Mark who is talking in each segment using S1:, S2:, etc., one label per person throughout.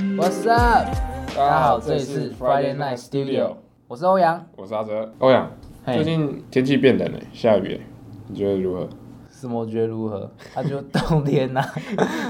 S1: up？
S2: 大
S1: 大家好，这里是 Friday Night Studio，我是欧阳。
S2: 我是阿哲。欧阳，
S1: 嘿
S2: 最近天气变冷了，下雨了，你觉得 如何？
S1: 什么？我觉得如何？他、就冬天 呐、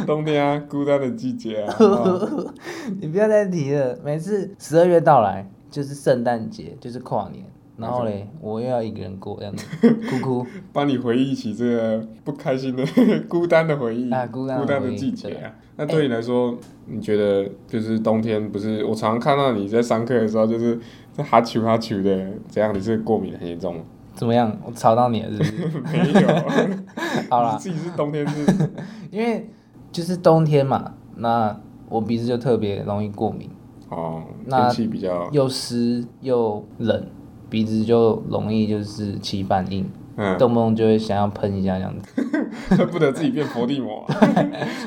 S2: 冬天啊，孤单的季 节啊，哦
S1: 你不要再提了。每次十二月到来，就是圣诞节，就是跨年，然后嘞，我又要一个人过，这样子，哭哭。
S2: 帮你回忆起这个不开心的、 孤单的回忆
S1: 啊孤单的回
S2: 的
S1: 忆
S2: 季节
S1: 对
S2: 啊。那对你来说，你觉得就是冬天不是？我常常看到你在上课的时候，就是在哈啾哈啾的，怎样？你是过敏很严重吗？
S1: 怎么样？我吵到你了是不是？
S2: 没有，
S1: 嗯 好啦
S2: 你，自己是冬天是
S1: 因为就是冬天嘛，那我鼻子就特别容易过敏，
S2: 哦，
S1: 那
S2: 天气比较
S1: 又湿又冷，鼻子就容易就是起反应，
S2: 嗯，
S1: 动不动就会想要喷一下这样 子。
S2: 恨不得自己变佛 地魔，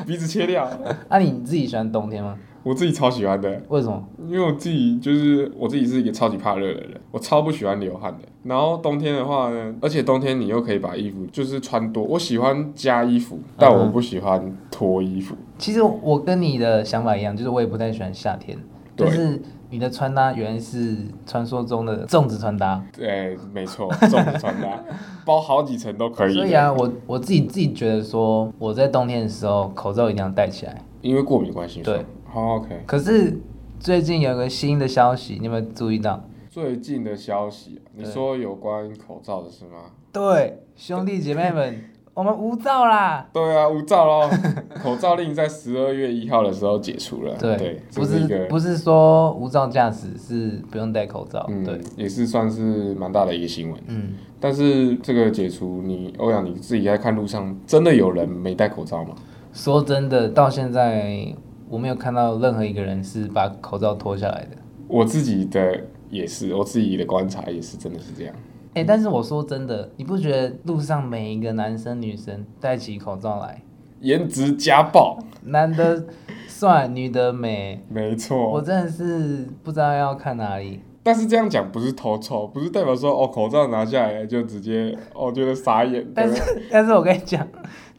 S2: 鼻子切掉。
S1: 那、啊你自己喜欢冬天吗？
S2: 我自己超喜欢的，
S1: 为什么？
S2: 因为我自己就是我自己是一个超级怕热的人，我超不喜欢流汗的。然后冬天的话呢，而且冬天你又可以把衣服就是穿多，我喜欢加衣服，
S1: 嗯
S2: 但我不喜欢脱衣服。
S1: 其实我跟你的想法一样，就是我也不太喜欢夏天，
S2: 对
S1: 但是你的穿搭原来是传说中的粽子穿搭，
S2: 对，哎没错，粽子穿 搭包好几层都可以的。
S1: 所以啊，我我自己自己觉得说，我在冬天的时候口罩一定要戴起来。
S2: 因为过敏关系。
S1: 对
S2: 是吗、o k
S1: 可是最近有个新的消息，你有没有注意到？
S2: 最近的消息，啊你说有关口罩的是吗？
S1: 对，兄弟姐妹们，我们无照啦。
S2: 对啊，无照咯， 口罩令在十二月一号的时候解除了。对，
S1: 不
S2: 这是一
S1: 是
S2: 个。
S1: 不是说无照驾驶是不用戴口罩，
S2: 嗯
S1: 对，，
S2: 也是算是蛮大的一个新闻。
S1: 嗯，
S2: 但是这个解除你，欧阳你自己在看路上，真的有人没戴口罩吗？
S1: 说真的，到现在我没有看到任何一个人是把口罩脱下来的。
S2: 我自己的也是，我自己的观察也是，真的是这样。
S1: 哎、但是我说真的，你不觉得路上每一个男生女生戴起口罩来，
S2: 颜值家 暴，
S1: 男的帅，女的美，
S2: 没
S1: 我
S2: 错。
S1: 真的是不知道要看哪里。
S2: 但是这样讲不是偷抽，不是代表说哦口罩拿下来就直接哦觉得傻眼。
S1: 但
S2: 对
S1: 是 但是我跟你讲，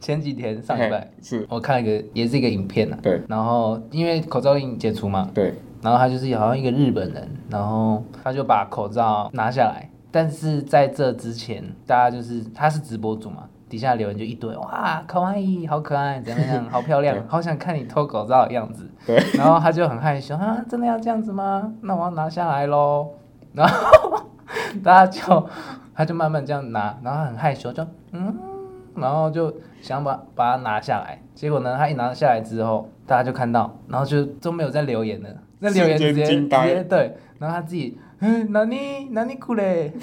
S1: 前几天
S2: 不
S1: 上
S2: 对
S1: 礼拜
S2: 嘿是，
S1: 我看了一个也是一个影片啊，
S2: 对
S1: 然后因为口罩令解除嘛，
S2: 对，
S1: 然后他就是好像一个日本人，然后他就把口罩拿下来，但是在这之前，大家就是他是直播主嘛，底下留言就一堆哇，可爱，好可爱，怎么样，好漂亮，好想看你脱口罩的样子。
S2: 对。
S1: 然后他就很害羞啊，真的要这样子吗？那我要拿下来喽。然后大家就他就慢慢这样拿，然后他很害羞，就嗯，然后就想把把它拿下来。结果呢，他一拿下来之后，大家就看到，然后就都没有再留言了。那留言直接
S2: 瞬间
S1: 直
S2: 惊呆
S1: 接对，然后他自己，嗯，哪里哪里哭 嘞？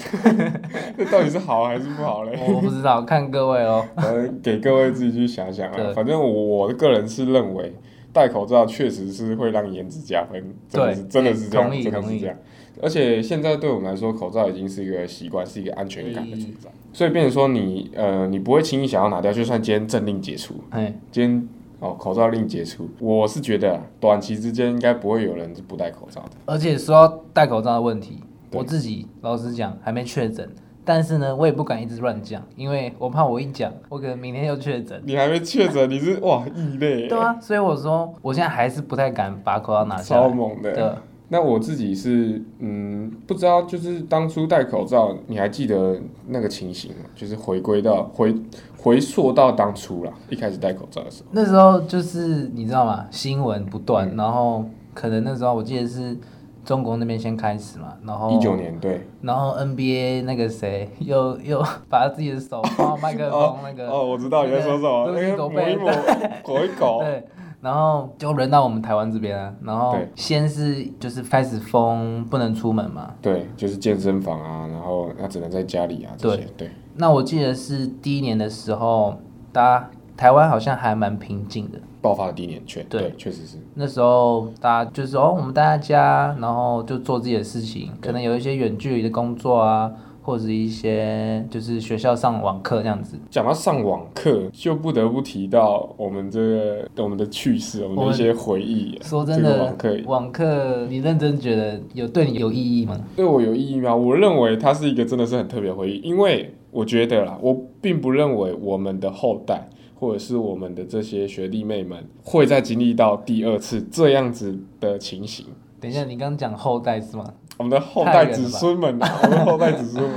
S2: 那到底是好还是不好 嘞？
S1: 我不知道，看各位哦。
S2: 呃，给各位自己去想想啊
S1: 对。
S2: 反正我我个人是认为，戴口罩确实是会让颜值加分，真的是
S1: 对
S2: 真的是这样，
S1: 同意
S2: 真的
S1: 同
S2: 是
S1: 意
S2: 这样。而且现在对我们来说，口罩已经是一个习惯，是一个安全感的存在。
S1: 嗯
S2: 所以，变成说你呃，你不会轻易想要拿掉，就算今天政令解除，
S1: 哎，
S2: 今天哦口罩令解除，我是觉得啊短期之间应该不会有人是不戴口罩的。
S1: 而且说到戴口罩的问题，
S2: 对
S1: 我自己老实讲还没确诊，但是呢，我也不敢一直乱讲，因为我怕我一讲，我可能明天又确诊。
S2: 你还没确诊，你是哇异类，欸
S1: 对啊，所以我说我现在还是不太敢把口罩拿下
S2: 超
S1: 来。
S2: 猛的。
S1: 对，啊
S2: 那我自己是，嗯，不知道，就是当初戴口罩，你还记得那个情形吗？就是回归到回回溯到当初啦，一开始戴口罩的时候。
S1: 那时候就是你知道吗？新闻不断，
S2: 嗯
S1: 然后可能那时候我记得是中国那边先开始嘛，然后
S2: 一九年，对，
S1: 然后 NBA 那个谁又又 把他自己的手放到麦克风那个，
S2: 哦，我知道你在说什么，
S1: 那个
S2: 那个
S1: 狗
S2: 抹
S1: 背
S2: 一抹， 狗一狗，
S1: 对，然后就轮到我们台湾这边啊，然后
S2: 对
S1: 先是就是开始封，不能出门嘛。
S2: 对，就是健身房啊，然后那只能在家里啊，这些，对，
S1: 那我记得是第一年的时候，大家台湾好像还蛮平静的，
S2: 爆发的第一年，确
S1: 对
S2: 对，确实是，
S1: 那时候大家就是哦，我们待在家，然后就做自己的事情，可能有一些远距离的工作啊，或者是一些就是学校上网课这样子。
S2: 讲到上网课，就不得不提到我们这个我们的趣事，我们
S1: 我
S2: 的
S1: 们
S2: 一些回忆啊。
S1: 说真
S2: 这个
S1: 的
S2: 网课，
S1: 网课你认真觉得有对你有意义吗？
S2: 对我有意义吗？我认为它是一个真的是很特别的回忆，因为我觉得啦，我并不认为我们的后代。或者是我们的这些学弟妹们，会再经历到第二次这样子的情形。
S1: 等一下，你刚刚讲后代是吗？
S2: 我们的后代子孙们啊，我们的后代子孙们，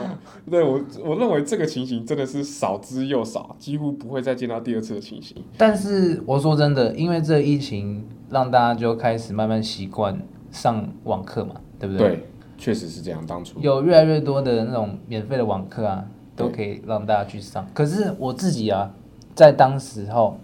S2: 对我我认为这个情形真的是少之又少，几乎不会再见到第二次的情形。
S1: 但是我说真的，因为这疫情让大家就开始慢慢习惯上网课嘛，对不对？
S2: 对，确实是这样。当初
S1: 有越来越多的那种免费的网课啊，
S2: 对
S1: 都可以让大家去上。可是我自己啊，在当时候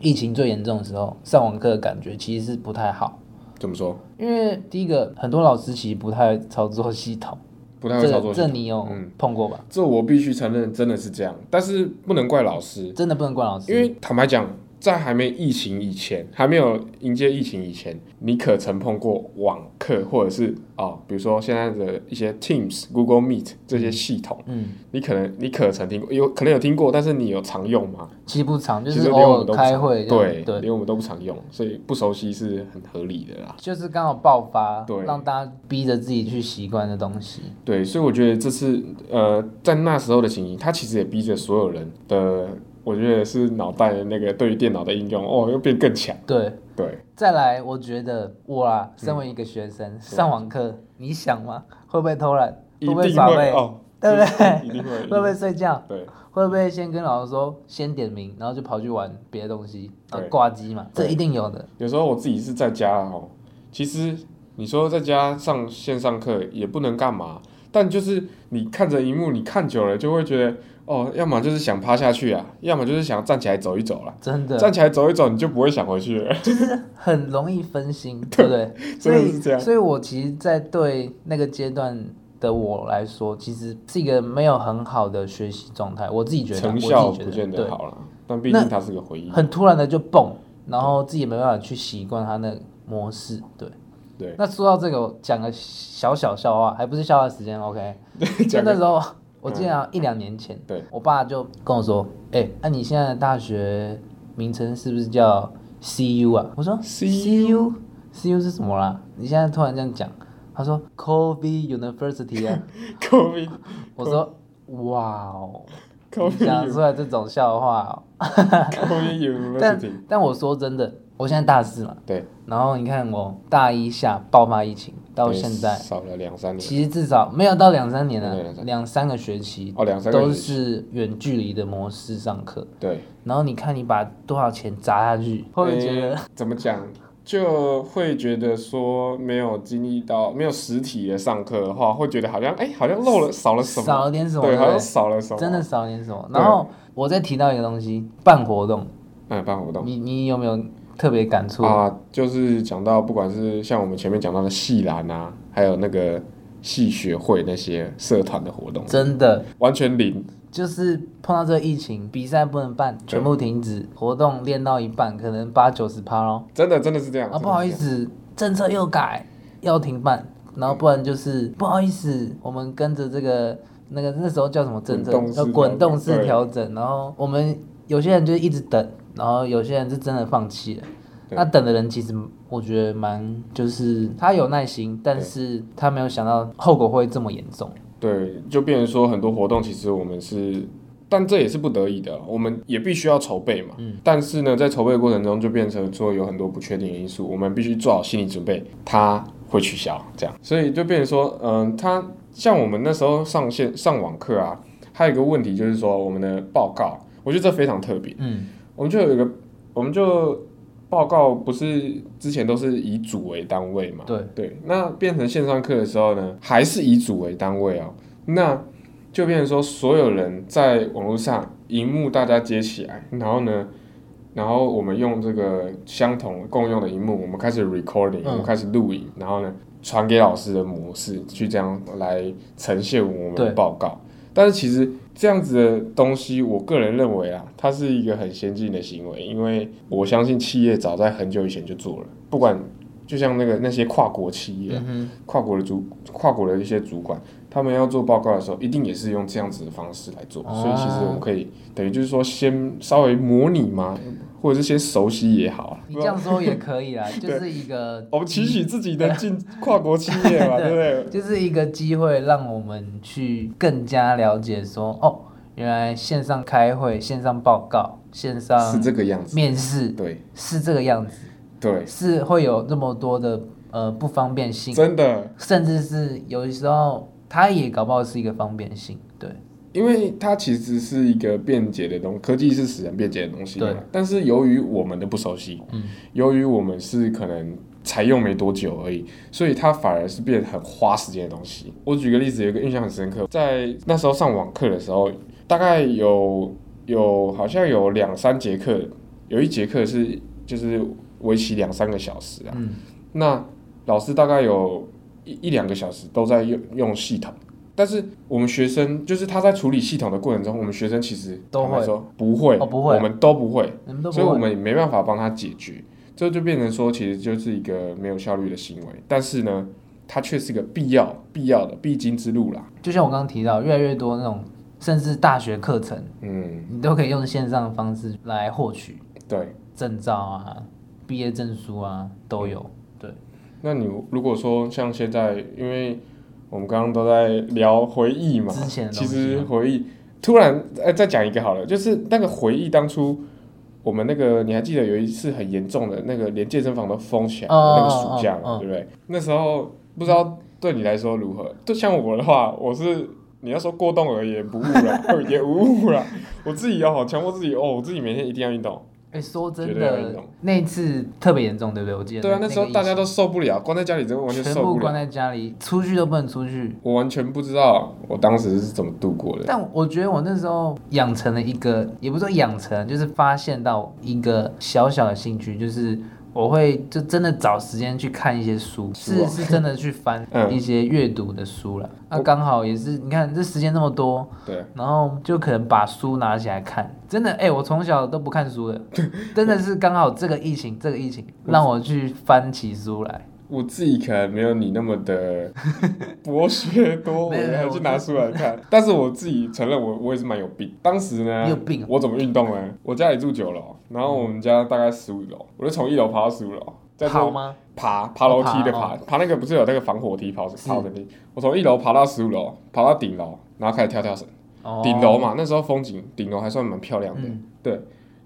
S1: 疫情最严重的时候，上网课的感觉其实是不太好，
S2: 怎么说？
S1: 因为第一个很多老师其实不太会操作系统，
S2: 不太会操
S1: 这
S2: 作
S1: 个
S2: 系统。
S1: 这你有
S2: 嗯
S1: 碰过吧？
S2: 这我必须承认，真的是这样。但是不能怪老师，
S1: 真的不能怪老师，
S2: 因为坦白讲，在还没疫情以前，还没有迎接疫情以前，你可曾碰过网课，或者是哦，比如说现在的一些 Teams、Google Meet 这些系统，
S1: 嗯，
S2: 你可能你可曾听过？有可能有听过，但是你有常用吗？
S1: 其实不长，就
S2: 其
S1: 是
S2: 实连我
S1: 偶
S2: 们都
S1: 尔
S2: 不常
S1: 开会这样
S2: 对，
S1: 对，
S2: 连我们都不常用，所以不熟悉是很合理的啦。
S1: 就是刚好爆发，
S2: 对
S1: 让大家逼着自己去习惯的东西。
S2: 对，所以我觉得这次呃，在那时候的情形，它其实也逼着所有人的，我觉得是脑袋的那个对于电脑的应用哦，又变更强。
S1: 对，
S2: 对，
S1: 再来，我觉得我
S2: 嗯
S1: 啊，身为一个学生，上网课，你想吗？会不会偷懒？会
S2: 一定
S1: 不会耍废？
S2: 哦，
S1: 对不对
S2: 一定会，
S1: 会不会睡觉？
S2: 对，
S1: 会不会先跟老师说先点名，然后就跑去玩别的东西，然后
S2: 对
S1: 挂机嘛？这一定有的。
S2: 有时候我自己是在家哦，其实你说在家上线上课也不能干嘛，但就是你看着荧幕，你看久了就会觉得哦，要么就是想趴下去啊，要么就是想站起来走一走啦。
S1: 真的
S2: 站起来走一走，你就不会想回去了，
S1: 很容易分 心，对不对？所
S2: 真的是这
S1: 以，
S2: 样。
S1: 所以我其实，在对那个阶段的我来说，其实是一个没有很好的学习状态。我自己觉得啊，
S2: 成效
S1: 我自
S2: 不
S1: 己觉
S2: 见
S1: 得，
S2: 得
S1: 对，
S2: 好了，但毕
S1: 那
S2: 竟它是个回忆。
S1: 很突然的就蹦，然后自己没办法去习惯它那个模式，对。
S2: 对，
S1: 那说到这个，我讲个小小笑话，还不是笑话时间，OK？就
S2: 讲
S1: 那
S2: 个
S1: 时候，我记得好像一两年前，
S2: 对
S1: 我爸就跟我说：“哎、那、你现在的大学名称是不是叫 CU 啊？”我说
S2: CU
S1: CU 是什么啦？你现在突然这样讲，他说 “Covid University” 啊，
S2: COVID
S1: 我说：“哇哦， 你
S2: COVID
S1: 讲出来这种笑话、哦。”但
S2: University，
S1: 但我说真的，我现在大四嘛，
S2: 对，
S1: 然后你看我大一下爆发疫情到现在，
S2: 少了两三年，
S1: 其实至少没有到两三年
S2: 没
S1: 了
S2: 有两，三
S1: 两三个学期
S2: 哦，两三个
S1: 都
S2: 学期，
S1: 是远距离的模式上课。
S2: 对，
S1: 然后你看你把多少钱砸下去，会不会觉得、
S2: 诶怎么讲？就会觉得说没有经历到没有实体的上课的话，会觉得好像哎、好像漏了少了什么，
S1: 少了点什么？
S2: 对，
S1: 对
S2: 好
S1: 不
S2: 像
S1: 对，
S2: 少了什么，
S1: 真的少了点什么。
S2: 对
S1: 然后我再提到一个东西，办活动，
S2: 嗯，办活动
S1: 你你有没有特别感触？
S2: 啊，就是讲到不管是像我们前面讲到的系篮啊，还有那个系学会那些社团的活动，
S1: 真的，
S2: 完全零，
S1: 就是碰到这个疫情，比赛不能办，全部停止，活动练到一半，可能八九十趴咯。
S2: 真的真的是这样
S1: 啊，不好意，
S2: 真的是
S1: 思，政策又改，要停办，然后不然就是不好意思，我们跟着这个那个那时候叫什么政策
S2: 滚动，式
S1: 叫滚动
S2: 调
S1: 式
S2: 整
S1: 调整，然后我们有些人就一直等，然后有些人是真的放弃了。
S2: 对
S1: 那等的人其实我觉得蛮，就是他有耐心，但是他没有想到后果会这么严重。
S2: 这样对，就变成说很多活动其实我们是。但这也是不得已的，啊我们也必须要筹备嘛。嗯。但是呢，在筹备的过程中，就变成说有很多不确定的因素，我们必须做好心理准备，它会取消这样。所以就变成说，嗯，它像我们那时候上线上网课啊，还有一个问题就是说我们的报告，我觉得这非常特别。
S1: 嗯，
S2: 我们就有一个，我们就报告不是之前都是以组为单位嘛？
S1: 对，
S2: 对，那变成线上课的时候呢，还是以组为单位哦，那就变成说所有人在网络上荧幕大家接起来，然后呢，然后我们用这个相同共用的荧幕，我们开始 recording，、
S1: 嗯
S2: 我们开始录影，然后呢传给老师的模式去这样来呈现我们
S1: 对
S2: 的报告。但是其实这样子的东西，我个人认为啊，它是一个很先进的行为，因为我相信企业早在很久以前就做了，不管就像那个那些跨国企业啊、
S1: 嗯哼，
S2: 跨国的主、跨国的一些主管，他们要做报告的时候，一定也是用这样子的方式来做。
S1: 哦
S2: 所以其实我们可以等于就是说，先稍微模拟嘛，或者是先熟悉也好啊。
S1: 你这样说也可以啦，就是一个
S2: 我们期许自己的进跨国企业嘛，对不对？
S1: 就是一个机会，让我们去更加了解说，哦，原来线上开会、线上报告、线上
S2: 是这个样子。
S1: 面试
S2: 对
S1: 是这个样子，
S2: 对，
S1: 是会有那么多的呃不方便性，
S2: 真的，
S1: 甚至是有时候它也搞不好是一个方便性，对，
S2: 因为它其实是一个便捷的东科技是使人便捷的东西嘛
S1: 对。
S2: 但是由于我们的不熟悉，
S1: 嗯
S2: 由于我们是可能才用没多久而已，所以它反而是变得很花时间的东西。我举个例子，有一个印象很深刻，在那时候上网课的时候，大概有有好像有两三节课，有一节课是就是为期两三个小时啊。
S1: 嗯
S2: 那老师大概有一一两个小时都在用用系统，但是我们学生就是他在处理系统的过程中，我们学生其实
S1: 都会
S2: 坦白说不会，
S1: 哦不会
S2: 我们都不会，
S1: 你们都不
S2: 所以我
S1: 会，
S2: 们也没办法帮他解决，这就变成说其实就是一个没有效率的行为，但是呢，它却是个必要必要的必经之路啦。
S1: 就像我刚刚提到，越来越多那种甚至大学课程，
S2: 嗯，
S1: 你都可以用线上的方式来获取
S2: 对。
S1: 证照啊、毕业证书啊都有，对，
S2: 那你如果说像现在，因为我们刚刚都在聊回忆嘛，
S1: 之前的东西啊
S2: 其
S1: 嘛
S2: 实回忆突然，哎，再讲一个好了，就是那个回忆当初我们那个，你还记得有一次很严重的那个，连健身房都封起来的
S1: 哦
S2: 那个暑假
S1: 哦
S2: 嘛，
S1: 哦
S2: 对不对？那时候不知道对你来说如何，就像我的话，我是。你要说过动而言不误啦， 也无误啦。我自己哦，强迫自己哦，我自己每天一定要运动。
S1: 哎、说真
S2: 绝对要运
S1: 的
S2: 动，
S1: 那一次特别严重，对不对？我记得
S2: 对啊，
S1: 那
S2: 那时候
S1: 个疫
S2: 大家
S1: 情
S2: 都受不了，关在家里真的完全
S1: 全
S2: 受
S1: 部
S2: 不了
S1: 关。在家里，出去都不能出去。
S2: 我完全不知道我当时是怎么度过的。
S1: 但我觉得我那时候养成了一个，也不是说养成，就是发现到一个小小的兴趣，就是我会就真的找时间去看一些书，
S2: 书
S1: 是
S2: 啊
S1: 是真的去翻
S2: 嗯
S1: 一些阅读的书了。那刚好也是，你看这时间那么多，
S2: 对，
S1: 然后就可能把书拿起来看。真的，哎、我从小都不看书的，真的是刚好这个疫情，这个疫情让我去翻起书来。
S2: 我自己可能没有你那么 的博学多
S1: 没有
S2: 闻，
S1: 没有
S2: 还
S1: 我
S2: 去拿书来看。但是我自己承认我，我也是蛮有病。当时呢，
S1: 你有病啊
S2: 我怎么运动呢？我家里住九楼，然后我们家大概十五楼，我就从一楼爬到十五楼，在
S1: 好
S2: 这
S1: 吗？哦
S2: 爬爬楼梯的
S1: 爬
S2: 爬，爬那个不是有那个防火梯跑
S1: 是
S2: 爬楼梯？我从一楼爬到十五楼，爬到顶楼，然后开始跳跳绳。
S1: 哦
S2: 顶楼嘛，那时候风景顶楼还算蛮漂亮的，
S1: 嗯
S2: 对。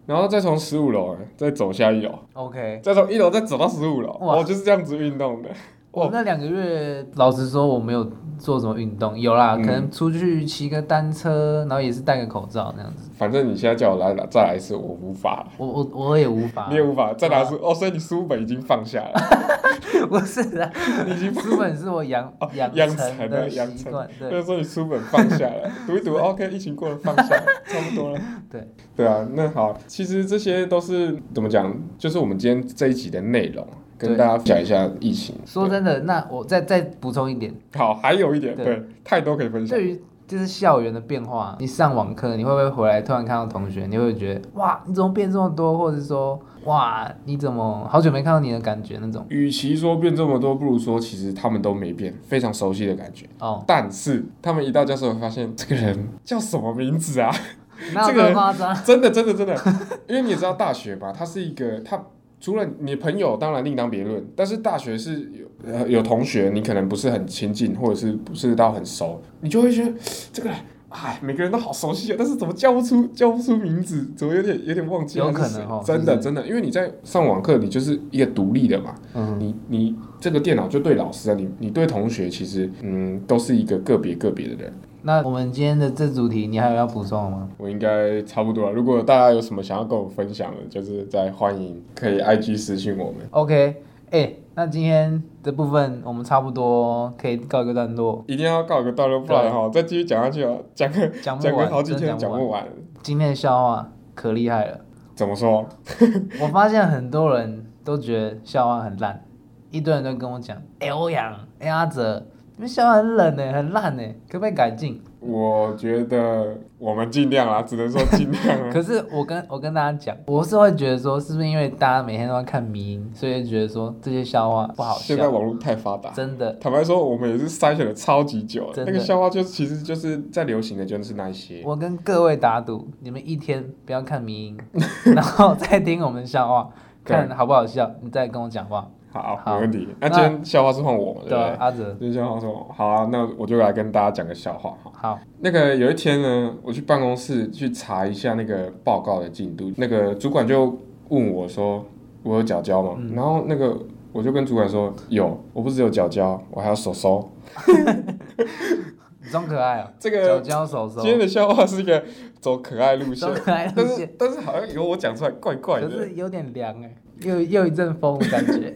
S2: 然后再从十五楼哎再走下一楼，
S1: ，OK。
S2: 再从一楼再走到十五楼，
S1: 哇
S2: 我就是这样子运动的。
S1: 我
S2: 哇
S1: 那两个月，老实说我没有做什么运动，有啦，
S2: 嗯
S1: 可能出去骑个单车，然后也是戴个口罩那样子。
S2: 反正你现在叫我来再来一次，我无法了，
S1: 我我我也无法
S2: 你，也无法再拿书、哦，所以你书本已经放下了，
S1: 不是的，
S2: 你已经
S1: 书本是我养
S2: 哦
S1: 养
S2: 养
S1: 成
S2: 成
S1: 的
S2: 了养
S1: 习
S2: 成
S1: 惯，
S2: 那
S1: 对
S2: 时候你书本放下 了，读一读，OK，疫哦情过了，放下了，差不多了。
S1: 对，
S2: 对啊，那好，其实这些都是怎么讲，就是我们今天这一集的内容，跟
S1: 对
S2: 大家讲一下疫情。
S1: 说
S2: 对
S1: 真的，那我再再补充一点，
S2: 好，还有一点，
S1: 对
S2: 对，太多可以分享。
S1: 对于就是校园的变化，你上网课，你会不会回来突然看到同学，你会不会觉得哇，你怎么变这么多，或者说哇，你怎么好久没看到你的感觉那种？
S2: 与其说变这么多，不如说其实他们都没变，非常熟悉的感觉。
S1: 哦，
S2: 但是他们一到教室，会发现这个人叫什么名字啊？
S1: 哪有
S2: 这
S1: 这
S2: 个
S1: 么
S2: 人
S1: 夸 张？
S2: 真的，真的，真的，因为你也知道大学嘛，它是一个它。除了你朋友，当然另当别论。但是大学是有呃有同学，你可能不是很亲近，或者是不是到很熟，你就会觉得 这个人，哎，每个人都好熟悉啊，但是怎么叫不出叫不出名字，怎么有点有点忘记他
S1: 有可
S2: 是谁
S1: 能哦
S2: 真的
S1: 就是
S2: 真的，因为你在上网课，你就是一个独立的嘛，
S1: 嗯，
S2: 你你这个电脑就对老师啊，你你对同学其实嗯都是一个个别个别的人。
S1: 那我们今天的这主题，你还有要补充的吗？
S2: 我应该差不多了。如果大家有什么想要跟我分享的，就是在欢迎可以 IG 私信我们，
S1: OK，哎、那今天这部分我们差不多可以告一个段落，
S2: 一定要告一个段落，不然哈再继续讲下去哦，讲个
S1: 讲不
S2: 讲个
S1: 完，
S2: 好几
S1: 真的
S2: 天
S1: 讲
S2: 讲
S1: 不
S2: 不
S1: 完。
S2: 完。
S1: 今天的笑话可厉害了，
S2: 怎么说？
S1: 我发现很多人都觉得笑话很烂，一堆人都跟我讲，哎、欧阳，哎、阿哲，你们笑话很冷呢、很烂呢、可不可以改进？
S2: 我觉得我们尽量啦，只能说尽量啊啦。
S1: 可是我跟我跟大家讲，我是会觉得说，是不是因为大家每天都在看迷音，所以觉得说这些笑话 不好
S2: 现在
S1: 笑？
S2: 网络太发达，
S1: 真的，
S2: 坦白说，我们也是筛选了超级久了。
S1: 真的
S2: 那个笑话就其实就是在流行的，就是那一些。
S1: 我跟各位打赌，你们一天不要 看迷音，然后再听我们笑话，看好不好笑，你再跟我讲话。
S2: 好，
S1: 好
S2: 没问题。那
S1: 那
S2: 今天笑话是换我嘛，对不
S1: 对啊
S2: 对？
S1: 阿哲，
S2: 今天笑话是换我。好啊，那我就来跟大家讲个笑话哈。
S1: 好，
S2: 那个有一天呢，我去办公室去查一下那个报告的进度，那个主管就问我说：“我有脚胶吗？”
S1: 嗯
S2: 然后那个我就跟主管说：“有，我不只有脚胶，我还有手手。
S1: 你装可爱哦”，
S2: 这
S1: 脚
S2: 个
S1: 交手手
S2: 今，天的笑话是一个走可爱路线
S1: 装，可爱路
S2: 但是
S1: 线，
S2: 但是好像由我讲出来怪怪
S1: 可
S2: 的，
S1: 是有点凉哎，又又一阵风的感 觉。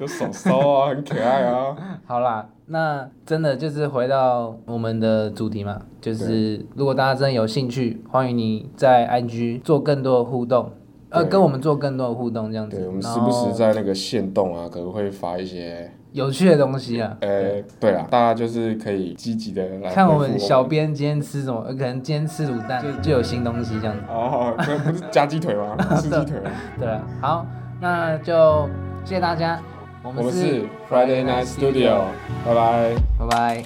S2: 有手手啊，很可爱啊。
S1: 好啦，那真的就是回到我们的主题嘛，就是如果大家真的有兴趣，欢迎你在 IG 做更多的互动，呃，
S2: 对
S1: 跟我们做更多的互动这样子。
S2: 对，我们
S1: 然
S2: 时不
S1: 后
S2: 时在那个线动啊，可能会发一些，
S1: 有趣的东西啊。
S2: 呃，对啦，大家就是可以积极的来
S1: 看
S2: 回
S1: 我
S2: 复
S1: 们小编今天吃什么，呃可能今天吃卤蛋就就有新东西这样子。
S2: 哦，不不是夹鸡 腿吗？是鸡腿吗。
S1: 对了，好，那就谢谢大家，我
S2: 我
S1: 们
S2: 们是 Friday Night Studio，拜拜。
S1: 拜拜。